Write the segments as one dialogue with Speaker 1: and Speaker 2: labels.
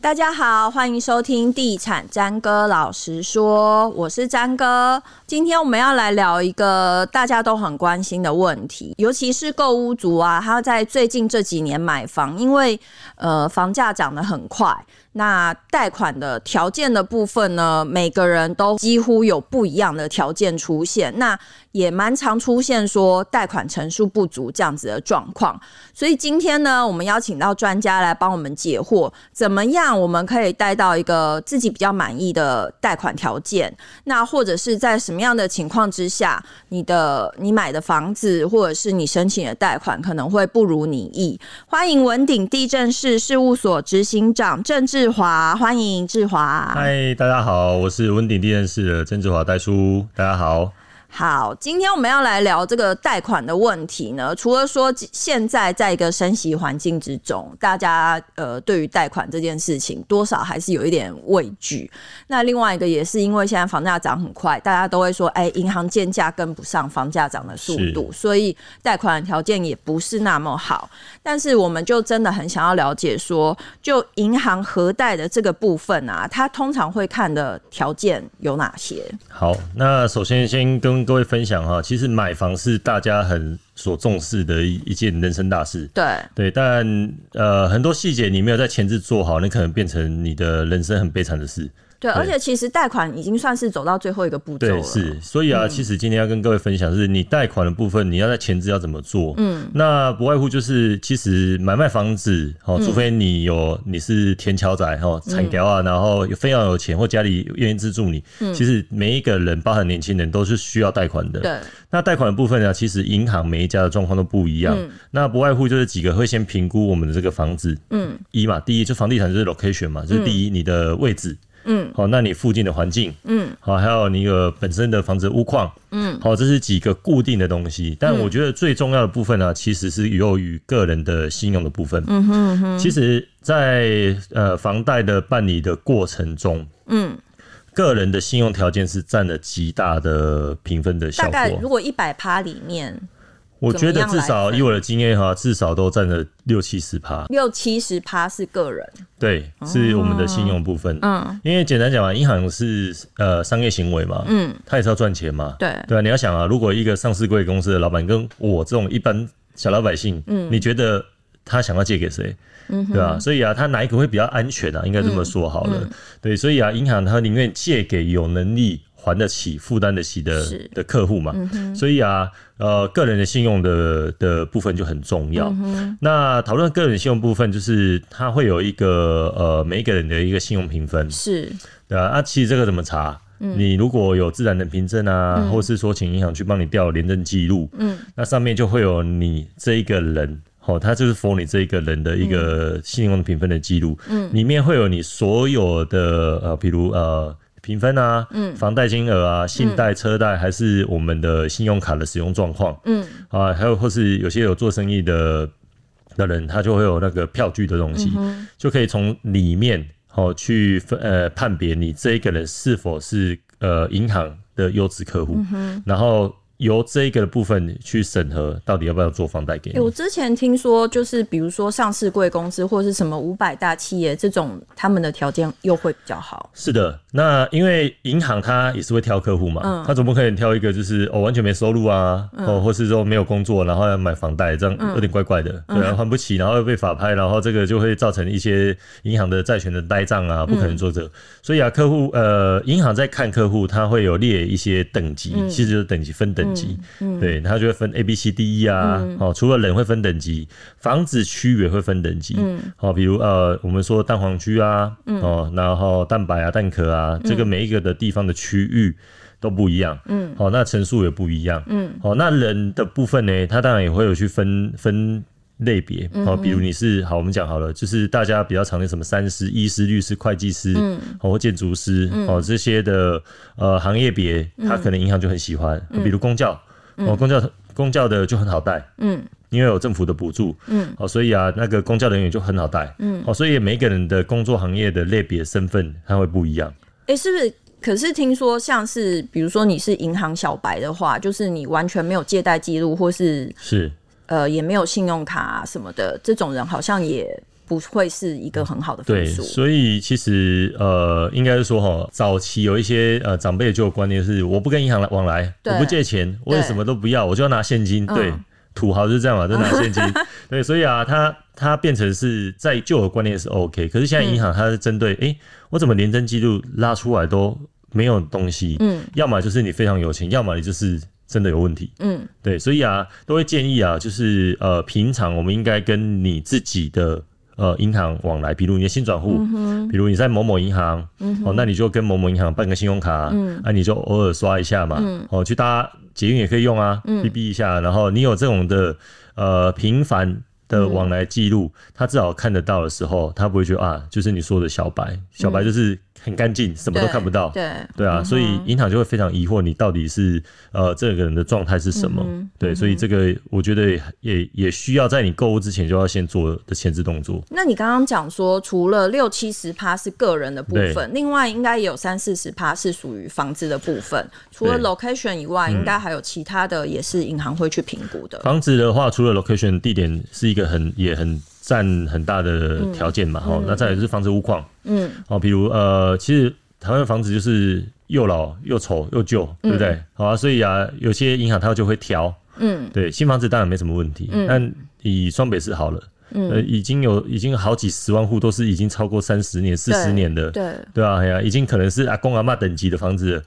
Speaker 1: 大家好，欢迎收听《地产詹哥老实说》，我是詹哥。今天我们要来聊一个大家都很关心的问题，尤其是购屋族啊，他在最近这几年买房，因为呃房价涨得很快，那贷款的条件的部分呢，每个人都几乎有不一样的条件出现，那也蛮常出现说贷款成数不足这样子的状况。所以今天呢，我们邀请到专家来帮我们解惑，怎么样我们可以贷到一个自己比较满意的贷款条件？那或者是在什么样的情况之下，你的你买的房子或者是你申请的贷款可能会不如你意？欢迎文鼎地震室事务所执行长郑志华，欢迎志华。
Speaker 2: 嗨，大家好，我是温鼎地认识的郑志华代叔，大家好。
Speaker 1: 好，今天我们要来聊这个贷款的问题呢。除了说现在在一个升息环境之中，大家呃对于贷款这件事情多少还是有一点畏惧。那另外一个也是因为现在房价涨很快，大家都会说，哎、银行建价跟不上房价涨的速度，所以贷款条件也不是那么好。但是我们就真的很想要了解说，就银行核贷的这个部分啊，它通常会看的条件有哪些？
Speaker 2: 好，那首先先跟各位分享哈，其实买房是大家很所重视的一一件人生大事。
Speaker 1: 对，
Speaker 2: 对，但呃，很多细节你没有在前置做好，你可能变成你的人生很悲惨的事。
Speaker 1: 对，而
Speaker 2: 对
Speaker 1: 且其实贷款已经算是走到最后一个步骤
Speaker 2: 对，
Speaker 1: 了。嗯
Speaker 2: 是，所以啊，其实今天要跟各位分享是，你贷款的部分，你要在前置要怎么做？嗯，那不外乎就是，其实买卖房子
Speaker 1: 嗯
Speaker 2: 哦，除非你有你是田桥仔哦，产条啊，然后非常有钱或家里愿意资助你，
Speaker 1: 嗯
Speaker 2: 其实每一个人，包含年轻人，都是需要贷款的。
Speaker 1: 对，
Speaker 2: 那贷款的部分呢，其实银行每一家的状况都不一样。那不外乎就是几个会先评估我们的这个房子，嗯，一嘛，第一就房地产就是 location 嘛，就是第一你的位置。
Speaker 1: 嗯，
Speaker 2: 好，那你附近的环境，嗯，好，还有你有本身的房子屋况，嗯，好，这是几个固定的东西。但我觉得最重要的部分呢、其实是由于个人的信用的部分。嗯哼哼，其实在，呃房贷的办理的过程中，
Speaker 1: 嗯，
Speaker 2: 个人的信用条件是占了极大的评分的效
Speaker 1: 大
Speaker 2: 果。
Speaker 1: 概如果一百趴里面
Speaker 2: 我觉得
Speaker 1: 怎
Speaker 2: 至
Speaker 1: 么样来
Speaker 2: 少
Speaker 1: 分
Speaker 2: 以我的经验哈，至少都占了六七十趴，
Speaker 1: 六七十趴是个人，
Speaker 2: 对，是我们的信用部分。
Speaker 1: 哦嗯，
Speaker 2: 因为简单讲嘛，银行是呃商业行为嘛，
Speaker 1: 嗯，
Speaker 2: 它也是要赚钱嘛，
Speaker 1: 对
Speaker 2: 对啊，你要想啊，如果一个上市贵公司的老板跟我这种一般小老百姓，嗯，你觉得他想要借给谁？嗯，对啊，所以啊，他哪一个会比较安全啊？应该这么说好了。对，所以啊，银行他宁愿借给有能力还得起、负担得起的
Speaker 1: 是
Speaker 2: 的客户嘛。所以啊，呃，个人的信用的的部分就很重要。那讨论个人信用部分，就是它会有一个呃每一个人的一个信用评分。
Speaker 1: 是
Speaker 2: 对啊，啊，其实这个怎么查？你如果有自然人凭证啊，或是说请银行去帮你调廉政记录，嗯，那上面就会有你这一个人，哦，他就是否你这一个人的一个信用评分的记录，嗯，里面会有你所有的呃，比如呃。评分啊，嗯，房贷金额啊，信贷、车贷，还是我们的信用卡的使用状况，嗯，啊，还有或是有些有做生意的的人，他就会有那个票据的东西，就可以从里面哦去分呃判别你这一个人是否是呃银行的优质客户，然后由这一个的部分去审核到底要不要做房贷给
Speaker 1: 欸我
Speaker 2: 你。
Speaker 1: 之前听说，就是比如说上市贵公司或是什么五百大企业这种，他们的条件又会比较好。
Speaker 2: 是的，那因为银行它也是会挑客户嘛，它总不可能挑一个就是哦完全没收入啊，哦或是说没有工作，然后要买房贷，这样有点怪怪的，对啊，还不起，然后又被法拍，然后这个就会造成一些银行的债权的呆账啊，不可能做这个。所以啊，客户呃，银行在看客户，它会有列一些等级，其实就是等级分等级，对，它就会分 A B C D E 啊，哦，除了人会分等级，房子区也会分等级，哦，比如呃，我们说蛋黄区啊，哦，然后蛋白啊、蛋壳啊，这个每一个的地方的区域。都不一样，嗯，好、那层数也不一样，嗯，好、那人的部分呢，它当然也会有去分分类别，好、比如你是好，我们讲好了，就是大家比较常见什么三师、医师、律师、会计师，嗯，哦、或建筑师，哦这些的呃行业别，它可能银行就很喜欢，比如公教，哦公教公教的就很好贷，
Speaker 1: 嗯。
Speaker 2: 因为有政府的补助，嗯，哦，所以啊，那个公教人员就很好带，嗯，哦，所以每一个人的工作行业的类别身份，它会不一样，
Speaker 1: 哎、是不是？可是听说，像是比如说你是银行小白的话，就是你完全没有借贷记录，或是
Speaker 2: 是，
Speaker 1: 呃也没有信用卡、啊、什么的，这种人好像也不会是一个很好的分
Speaker 2: 对，
Speaker 1: 数。
Speaker 2: 所以其实呃，应该是说哈，早期有一些呃长辈就有观念是，我不跟银行来往来，
Speaker 1: 对
Speaker 2: 我不借钱，我
Speaker 1: 对
Speaker 2: 也什么都不要，我就要拿现金。
Speaker 1: 嗯
Speaker 2: 对，土豪就是 这样嘛，就拿现金。对，所以啊，他他变成是在旧有观念是 OK，可是
Speaker 1: 嗯
Speaker 2: 现在银行它是针对，诶，我怎么连征记录拉出来都没有东西？
Speaker 1: 嗯，
Speaker 2: 要么就是你非常有钱，要么你就是真的有问题。
Speaker 1: 嗯，
Speaker 2: 对，所以啊，都会建议啊，就是呃，平常我们应该跟你自己的呃银行往来，比如你的新转户，比如你在某某银行，哦，那你就跟某某银行办个信用卡，嗯，啊，你就偶尔刷一下嘛，哦，去搭捷运也可以用啊，嗯，逼一下，然后你有这种的呃频繁。的往来记录，他至少看得到的时候，他不会觉得啊，就是你说的小白，小白就是很干净，什么都
Speaker 1: 对
Speaker 2: 看不到，
Speaker 1: 对，
Speaker 2: 对啊，所以银行就会非常疑惑你到底是呃这个人的状态是什么？
Speaker 1: 嗯哼
Speaker 2: 对，所以这个我觉得也也需要在你购物之前就要先做的前置动作。
Speaker 1: 那你刚刚讲说，除了六七十趴是个人的部分，另外应该也有三四十趴是属于房子的部分。除了
Speaker 2: 对
Speaker 1: location 以外，应该还有其他的，也是银行会去评估的。
Speaker 2: 房子的话，除了 location 地点是一个很也很占很大的条件嘛，哦、那再来就是房子屋况，
Speaker 1: 嗯，
Speaker 2: 哦，比如呃，其实台湾的房子就是又老又丑又旧，对不对？好啊，所以啊，有些银行它就会调，
Speaker 1: 嗯，
Speaker 2: 对，新房子当然没什么问题，但以双北市好了。
Speaker 1: 嗯
Speaker 2: 呃，已经有已经好几十万户都是已经超过三十年、四十年的，
Speaker 1: 对，
Speaker 2: 对啊，哎呀、已经可能是阿公阿嬷等级的房子了，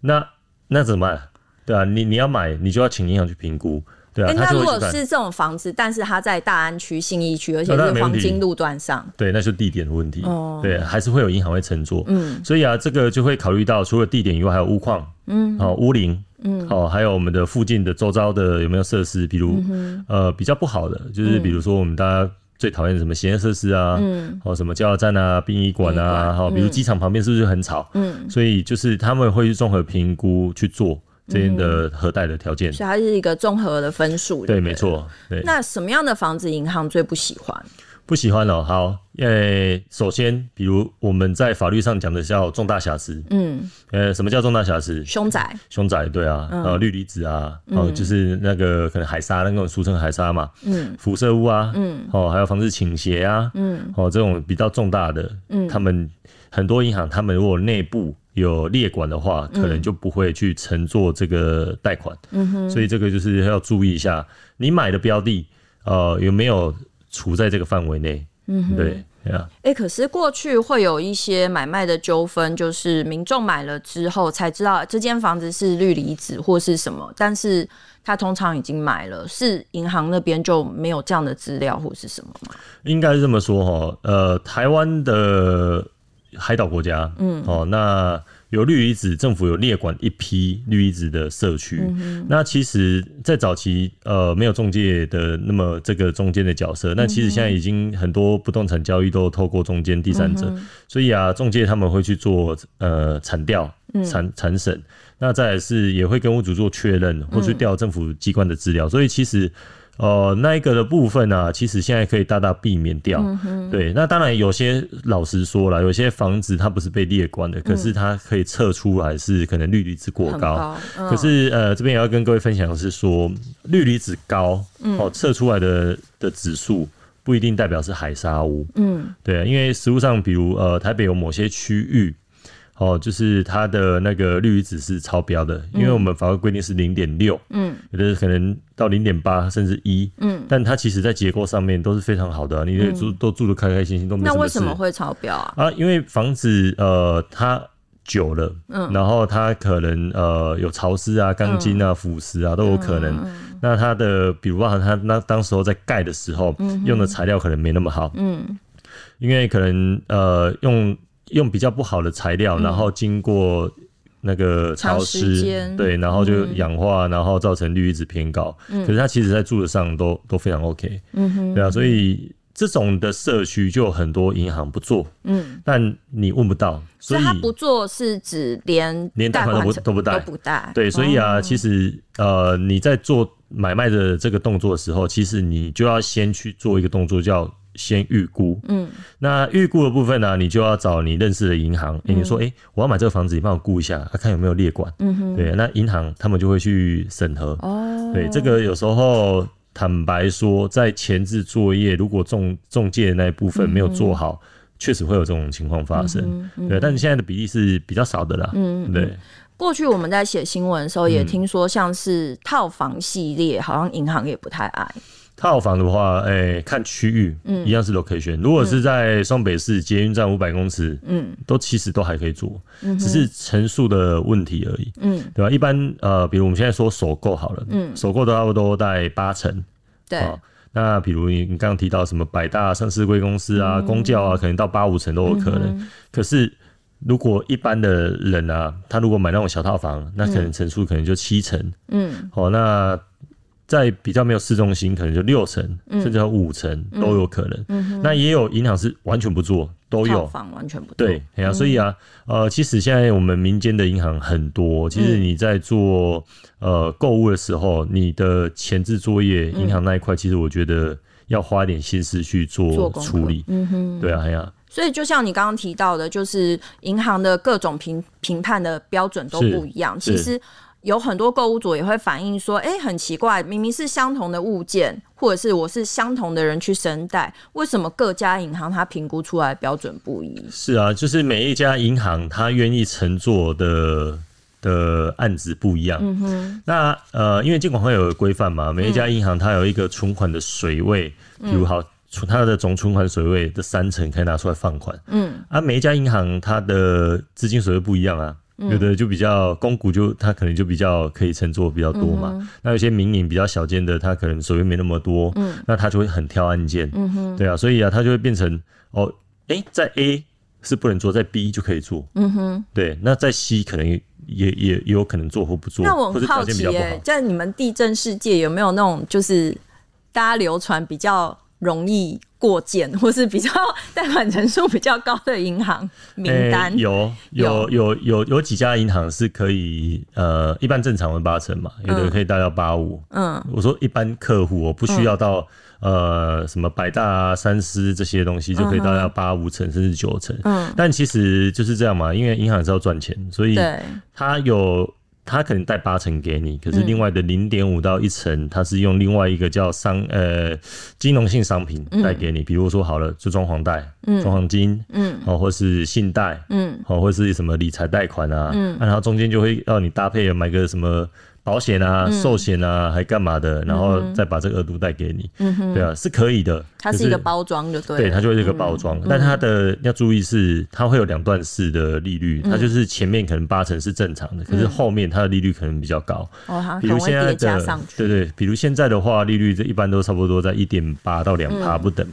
Speaker 2: 那那怎么办？对啊，你你要买，你就要请银行去评估，对啊，
Speaker 1: 哎、
Speaker 2: 他
Speaker 1: 那如
Speaker 2: 就会
Speaker 1: 果
Speaker 2: 去看，
Speaker 1: 是这种房子，但是它在大安区、信义区，而且
Speaker 2: 那当然
Speaker 1: 是
Speaker 2: 没问
Speaker 1: 黄
Speaker 2: 题
Speaker 1: 金路段上，
Speaker 2: 对，那就是地点的问题，
Speaker 1: 哦
Speaker 2: 对，还是会有银行会乘坐，
Speaker 1: 嗯，
Speaker 2: 所以啊，这个就会考虑到除了地点以外，还有屋况，嗯，哦，屋龄，嗯，哦，还有我们的附近的周遭的有没有设施，比
Speaker 1: 嗯
Speaker 2: 如、呃比较不好的，就是比如说我们大家最讨厌什么实验设施啊，嗯，哦什么加油站啊、殡仪馆啊，
Speaker 1: 殡仪馆
Speaker 2: 好、比如机场旁边是不是很吵？
Speaker 1: 嗯，
Speaker 2: 所以就是他们会去综合评估去做这边的核贷的条件，
Speaker 1: 所以它嗯是一啊个综合的分数。
Speaker 2: 对，
Speaker 1: 不
Speaker 2: 没。错，对。
Speaker 1: 那什么样的房子银行最不喜欢？
Speaker 2: 不喜欢哦，好，呃，首先，比如我们在法律上讲的叫重大瑕疵，
Speaker 1: 嗯，
Speaker 2: 呃，什么叫重大瑕疵？
Speaker 1: 凶宅。
Speaker 2: 凶宅，对啊，呃，氯离子啊，哦，就是那个可能海沙，那种俗称海沙嘛，
Speaker 1: 嗯，
Speaker 2: 辐射屋啊，
Speaker 1: 嗯，
Speaker 2: 哦，还有防治倾斜啊，
Speaker 1: 嗯，
Speaker 2: 哦，这种比较重大的，嗯，他们很多银行，他们如果内部有列管的话，可能就不会去承做这个贷款，嗯哼，所以这个就是要注意一下，你买的标的，呃，有没有处在这个范围内？嗯哼，对，对啊，
Speaker 1: 哎、可是过去会有一些买卖的纠纷，就是民众买了之后才知道这间房子是氯离子或是什么，但是他通常已经买了，是银行那边就没有这样的资料或是什么吗？
Speaker 2: 应该是这么说哈，呃，台湾的海岛国家，嗯，哦，那有氯离子，政府有列管一批氯离子的社区。那其实，在早期，呃，没有中介的那么这个中间的角色，那其实现在已经很多不动产交易都透过中间第三者，所以啊，中介他们会去做呃产调、
Speaker 1: 嗯
Speaker 2: 产产审，那再来是也会跟屋主做确认，或去调政府机关的资料，所以其实。呃，那一个的部分呢、啊，其实现在可以大大避免掉。
Speaker 1: 嗯
Speaker 2: 对，那当然有些老实说了，有些房子它不是被列管的，可是它可以测出来是可能氯离子过
Speaker 1: 嗯很
Speaker 2: 高。
Speaker 1: 高，嗯
Speaker 2: 可是呃，这边也要跟各位分享的是说，氯离子高，
Speaker 1: 嗯
Speaker 2: 哦，测出来的的指数不一定代表是海沙屋。
Speaker 1: 嗯
Speaker 2: 对，啊因为实物上，比如呃，台北有某些区域，哦，就是它的那个氯离子是超标的，因为我们法规规定是零点六，
Speaker 1: 嗯，
Speaker 2: 有的可能到零点八甚至一，
Speaker 1: 嗯，
Speaker 2: 但它其实在结构上面都是非常好的啊、你也住、都住的开开心心，都没
Speaker 1: 那
Speaker 2: 什
Speaker 1: 为
Speaker 2: 么
Speaker 1: 什
Speaker 2: 事
Speaker 1: 么会超标啊？
Speaker 2: 啊，因为房子呃它。久了，嗯，然后它可能呃有潮湿啊、钢筋
Speaker 1: 嗯
Speaker 2: 啊、腐蚀啊都有可能。那它的，比如包含它那当时候在盖的时候、用的材料可能没那么好，
Speaker 1: 嗯
Speaker 2: 因为可能呃用用比较不好的材料，然后经过那个
Speaker 1: 嗯长
Speaker 2: 潮
Speaker 1: 时
Speaker 2: 湿
Speaker 1: 间，嗯
Speaker 2: 对，然后就氧化，然后造成氯离子偏高。可是它其实在住的上都都非常 OK，
Speaker 1: 嗯哼
Speaker 2: 对啊，所以这种的社区就有很多银行不做，
Speaker 1: 嗯，
Speaker 2: 但你问不到，
Speaker 1: 所
Speaker 2: 所
Speaker 1: 以
Speaker 2: 以
Speaker 1: 他不做是指连
Speaker 2: 连贷
Speaker 1: 贷
Speaker 2: 款都
Speaker 1: 款
Speaker 2: 不
Speaker 1: 成
Speaker 2: 都不贷
Speaker 1: 都不贷，
Speaker 2: 对，所以啊，
Speaker 1: 哦
Speaker 2: 其实呃你在做买卖的这个动作的时候，其实你就要先去做一个动作叫先预估，
Speaker 1: 嗯
Speaker 2: 那预估的部分呢、你就要找你认识的银行，诶你说，哎、我要买这个房子，你帮我估一下，啊、看有没有列管。
Speaker 1: 嗯嗯哼
Speaker 2: 对，那银行他们就会去审核。
Speaker 1: 哦，
Speaker 2: 对，这个有时候坦白说，在前置作业如果中中介的那一部分没有
Speaker 1: 嗯
Speaker 2: 做好，确、实会有这种情况发生。对，但是现在的比例是比较少的啦。
Speaker 1: 嗯
Speaker 2: 对。
Speaker 1: 过去我们在写新闻的时候，也
Speaker 2: 嗯
Speaker 1: 听说像是套房系列，好像银行也不太爱。
Speaker 2: 套房的话，哎、看区域，
Speaker 1: 嗯
Speaker 2: 一样是 location。如果是在双北市捷运站五百公尺，
Speaker 1: 嗯
Speaker 2: 都其实都还可以做，只是层数的问题而已，
Speaker 1: 嗯，
Speaker 2: 对吧？一般呃，比如我们现在说首购好了，嗯，首购都差不多在八成，
Speaker 1: 对，
Speaker 2: 好那比如你你刚刚提到什么百大上市贵公司啊、
Speaker 1: 嗯
Speaker 2: 公教啊，可能到八五成都有可能。可是如果一般的人啊，他如果买那种小套房，那可能层数可能就七成，
Speaker 1: 嗯
Speaker 2: 哦，那在比较没有市中心，可能就六成，
Speaker 1: 嗯
Speaker 2: 甚至有五成都有可能。那也有银行是完全不做，都
Speaker 1: 套
Speaker 2: 哦有。
Speaker 1: 房嗯完全不
Speaker 2: 对，哎呀、所以啊，呃，其实现在我们民间的银行很多，其
Speaker 1: 嗯
Speaker 2: 实你在做呃购物的时候，你的前置作业，
Speaker 1: 嗯
Speaker 2: 银行那一块，其实我觉得要花一点心思去
Speaker 1: 做
Speaker 2: 做
Speaker 1: 功课
Speaker 2: 处理。
Speaker 1: 嗯哼。
Speaker 2: 对啊，哎呀、
Speaker 1: 所以就像你刚刚提到的，就是银行的各种评评判的标准都不一样。
Speaker 2: 是
Speaker 1: 其
Speaker 2: 是
Speaker 1: 实有很多购物组也会反映说，哎、很奇怪，明明是相同的物件，或者是我是相同的人去申贷，为什么各家银行它评估出来的标准不一？
Speaker 2: 是啊，就是每一家银行它愿意乘坐的的案子不一样。嗯哼。嗯那呃，因为监管会有规范嘛，每一家银行它有一个存款的水位，比如好。存它的总存款水位的三成可以拿出来放款，嗯，啊，每一家银行它的资金水位不一样啊，有的就比较公股就它可能就比较可以乘坐比较多嘛，那有些民营比较小间的，它可能水位没那么多，嗯，那它就会很挑案件，嗯哼，对啊，所以啊，它就会变成哦，诶，在 A 是不能做，在 B 就可以做。嗯哼，对。那在 C 可能也也也有可能做或不做，
Speaker 1: 那我
Speaker 2: 或
Speaker 1: 很
Speaker 2: 者条
Speaker 1: 好
Speaker 2: 件比
Speaker 1: 奇、
Speaker 2: 较不
Speaker 1: 哎，
Speaker 2: 好。
Speaker 1: 在你们地震世界有没有那种就是大家流传比较容易过件，或是比较贷款人数比较高的银行名单？
Speaker 2: 诶有有有有有几家银行是可以呃，一般正常为八成嘛，有的可以贷到八五。
Speaker 1: 嗯，
Speaker 2: 我说一般客户，我哦不需要到、呃什么百大啊、三思这些东西就可以贷到八五成甚至九成。
Speaker 1: 嗯，
Speaker 2: 但其实就是这样嘛，因为银行是要赚钱，所以
Speaker 1: 对，
Speaker 2: 他有他可能贷八成给你，可是
Speaker 1: 嗯
Speaker 2: 另外的零点五到一成，他是用另外一个叫商呃金融性商品贷给
Speaker 1: 嗯
Speaker 2: 你，比如说好了，就装潢贷、装潢金，嗯，哦，或是信贷，
Speaker 1: 嗯，
Speaker 2: 哦，或是什么理财贷款啊，嗯，然后中间就会要你搭配买个什么。保险啊、
Speaker 1: 嗯
Speaker 2: 寿险啊，还干嘛的？然后再把这个额度贷给你，嗯、对啊，是可以的。
Speaker 1: 它
Speaker 2: 可
Speaker 1: 是一个包装就对了。嗯
Speaker 2: 对，它就会这个包装。但它的要注意是，它会有两段式的利率，
Speaker 1: 嗯
Speaker 2: 它就是前面可能八成是正常的，可是后面它的利率可能比较高。
Speaker 1: 哦，它嗯可
Speaker 2: 比
Speaker 1: 能
Speaker 2: 如
Speaker 1: 会
Speaker 2: 现在
Speaker 1: 叠加
Speaker 2: 的
Speaker 1: 上，去。
Speaker 2: 对对，比如现在的话，利率这一般都差不多在一点八到两
Speaker 1: 嗯
Speaker 2: 趴不等。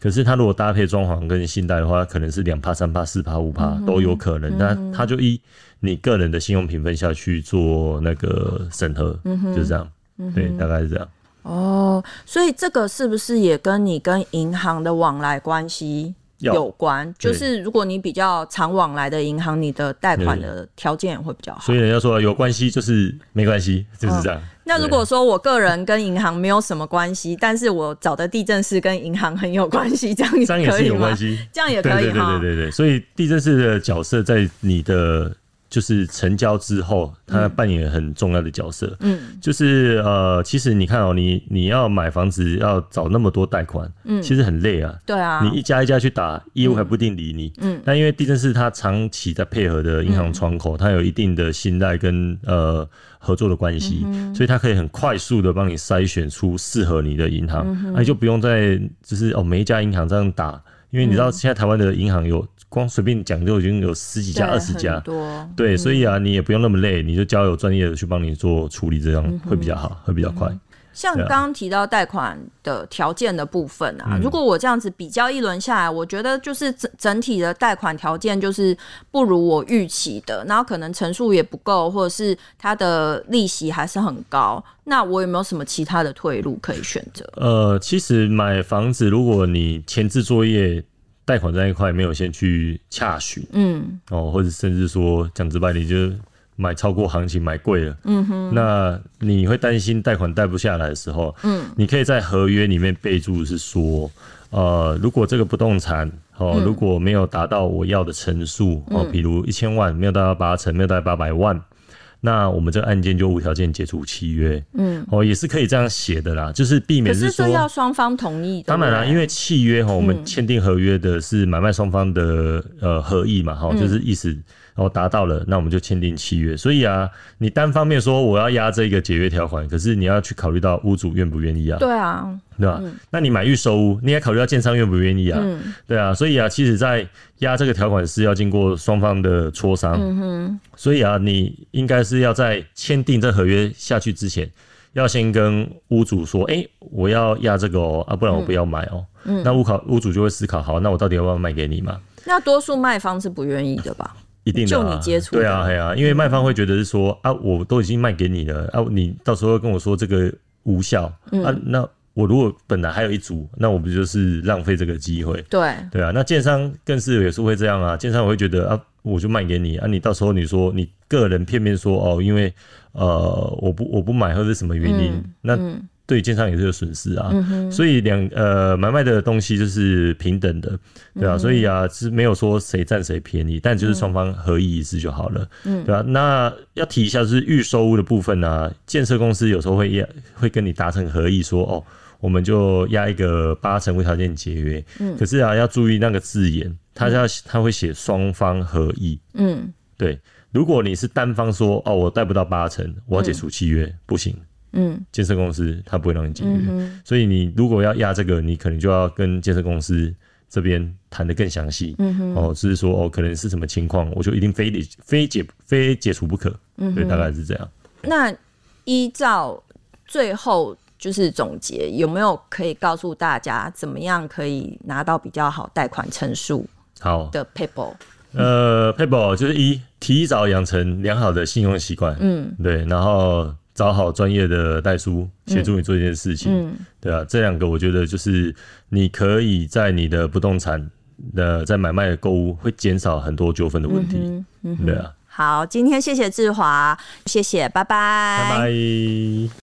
Speaker 2: 可是它如果搭配装潢跟信贷的话，可能是两趴、三趴、四趴、五趴
Speaker 1: 嗯
Speaker 2: 都有可能。那它就依你个人的信用评分下去做那个审核，
Speaker 1: 嗯
Speaker 2: 就这样。对，大概是这样。
Speaker 1: 哦，所以这个是不是也跟你跟银行的往来关系
Speaker 2: 要
Speaker 1: 有关？就
Speaker 2: 对
Speaker 1: 是如果你比较常往来的银行，你的贷款的条件也会比较好
Speaker 2: 所。以人家说有关系就是没关系，就是这样。
Speaker 1: 哦那如
Speaker 2: 对
Speaker 1: 果说我个人跟银行没有什么关系，但是我找的地震师跟银行很有关系，这样也
Speaker 2: 这样也
Speaker 1: 可
Speaker 2: 是
Speaker 1: 以
Speaker 2: 有
Speaker 1: 吗
Speaker 2: 关？系，
Speaker 1: 这样也
Speaker 2: 对
Speaker 1: 可以
Speaker 2: 对对
Speaker 1: 哈
Speaker 2: 对。对对，所以地震师的角色在你的就是成交之后，他扮演很重要的角色。
Speaker 1: 嗯，
Speaker 2: 就是呃，其实你看哦，你你要买房子要找那么多贷款，嗯，其实很累啊。
Speaker 1: 对啊，
Speaker 2: 你一家一家去打，业务还不一定理你。嗯，那因为地震是它长期在配合的银行窗口，它有一定的信赖跟呃合作的关系，
Speaker 1: 嗯
Speaker 2: 所以它可以很快速的帮你筛选出适合你的银行，
Speaker 1: 嗯
Speaker 2: 那、你就不用再就是哦每一家银行这样打，因为你
Speaker 1: 嗯
Speaker 2: 知道现在台湾的银行有光随便讲就已经有十几
Speaker 1: 对
Speaker 2: 家、二十家
Speaker 1: 很。多嗯
Speaker 2: 对，所以啊，你也不用那么累，你就交由专业的去帮你做处理，这
Speaker 1: 嗯
Speaker 2: 样会比较好，会比较快。
Speaker 1: 像
Speaker 2: 对
Speaker 1: 刚
Speaker 2: 啊嗯
Speaker 1: 刚提到贷款的条件的部分啊，如果我这样子比较一轮下来，我觉得就是整整体的贷款条件就是不如我预期的，然后可能成数也不够，或者是它的利息还是很高。那我有没有什么其他的退路可以选择？
Speaker 2: 呃，其实买房子，如果你前置作业、贷款这一块没有先去洽询
Speaker 1: 嗯
Speaker 2: 哦，或者甚至说讲直白点，就是买超过行情，买贵了，嗯哼，那你会担心贷款贷不下来的时候，嗯，你可以在合约里面备注是说，呃，如果这个不动产哦，
Speaker 1: 嗯
Speaker 2: 如果没有达到我要的层数哦，比如一千万没有达到八成，没有达到八百万。那我们这个案件就无条件解除契约。
Speaker 1: 嗯，
Speaker 2: 哦，也是可以这样写的啦，就是避
Speaker 1: 可
Speaker 2: 免
Speaker 1: 是
Speaker 2: 说
Speaker 1: 这要双方同意。
Speaker 2: 当然
Speaker 1: 对不
Speaker 2: 啦，
Speaker 1: 对
Speaker 2: 因为契约哈，我们签订合约的是买卖双方的呃合意嘛，哈，就是意思，然后达到了，那我们就签订契约。所以啊，你单方面说我要压这个解约条款，可是你要去考虑到屋主愿不愿意啊，
Speaker 1: 对啊，
Speaker 2: 对吧？那你买预售屋，你也考虑到建商愿不愿意啊，
Speaker 1: 嗯
Speaker 2: 对啊。所以啊，其实，在压这个条款是要经过双方的磋商，
Speaker 1: 嗯哼，
Speaker 2: 所以啊，你应该是要在签订这合约下去之前，要先跟屋主说，哎、我要压这个哦，啊，不然我不要买哦。
Speaker 1: 嗯
Speaker 2: 那屋考屋主就会思考，好，那我到底要不要卖给你嘛？
Speaker 1: 那多数卖方是不愿意的吧？
Speaker 2: 一定的、啊，
Speaker 1: 就你接触的
Speaker 2: 对啊，哎呀、因为卖方会觉得是说啊，我都已经卖给你了啊，你到时候跟我说这个无效、啊，
Speaker 1: 嗯
Speaker 2: 那我如果本来还有一组，那我不就是浪费这个机会？
Speaker 1: 对，
Speaker 2: 对啊，那建商更是也是会这样啊，建商我会觉得啊，我就卖给你啊，你到时候你说你个人片面说哦，因为呃我不我不买或者什么原因，那
Speaker 1: 嗯
Speaker 2: 对建商也是有损失啊。所以两呃买卖的东西就是平等的，对
Speaker 1: 嗯
Speaker 2: 啊，所以啊是没有说谁占谁便宜，但就是双方合意一致就好了，
Speaker 1: 嗯
Speaker 2: 对啊。那要提一下就是预售屋的部分啊，建设公司有时候会也会跟你达成合意说哦。我们就压一个八成无条件解约，
Speaker 1: 嗯
Speaker 2: 可是啊，要注意那个字眼，他要他会写双方合意。
Speaker 1: 嗯
Speaker 2: 对，如果你是单方说哦，我贷不到八成，我要解除契约，不行，
Speaker 1: 嗯
Speaker 2: 建设公司他不会让你解约。
Speaker 1: 嗯哼
Speaker 2: 所以你如果要压这个，你可能就要跟建设公司这边谈的更详细。
Speaker 1: 嗯哼，
Speaker 2: 哦，就是说哦，可能是什么情况，我就一定非得非解非解除不可。
Speaker 1: 嗯
Speaker 2: 对，大概是这样。
Speaker 1: 那依照最后就是总结，有没有可以告诉大家怎么样可以拿到比较好贷款成数
Speaker 2: 好，
Speaker 1: 的 paper？
Speaker 2: 呃 p a p e 就是一提早养成良好的信用习惯，
Speaker 1: 嗯
Speaker 2: 对，然后找好专业的代书协助你做这件事情，
Speaker 1: 嗯
Speaker 2: 对啊，这两个我觉得就是你可以在你的不动产的在买卖的购物会减少很多纠纷的问题，
Speaker 1: 嗯嗯
Speaker 2: 对啊，
Speaker 1: 好，今天谢谢志华，谢谢，拜拜
Speaker 2: 拜拜。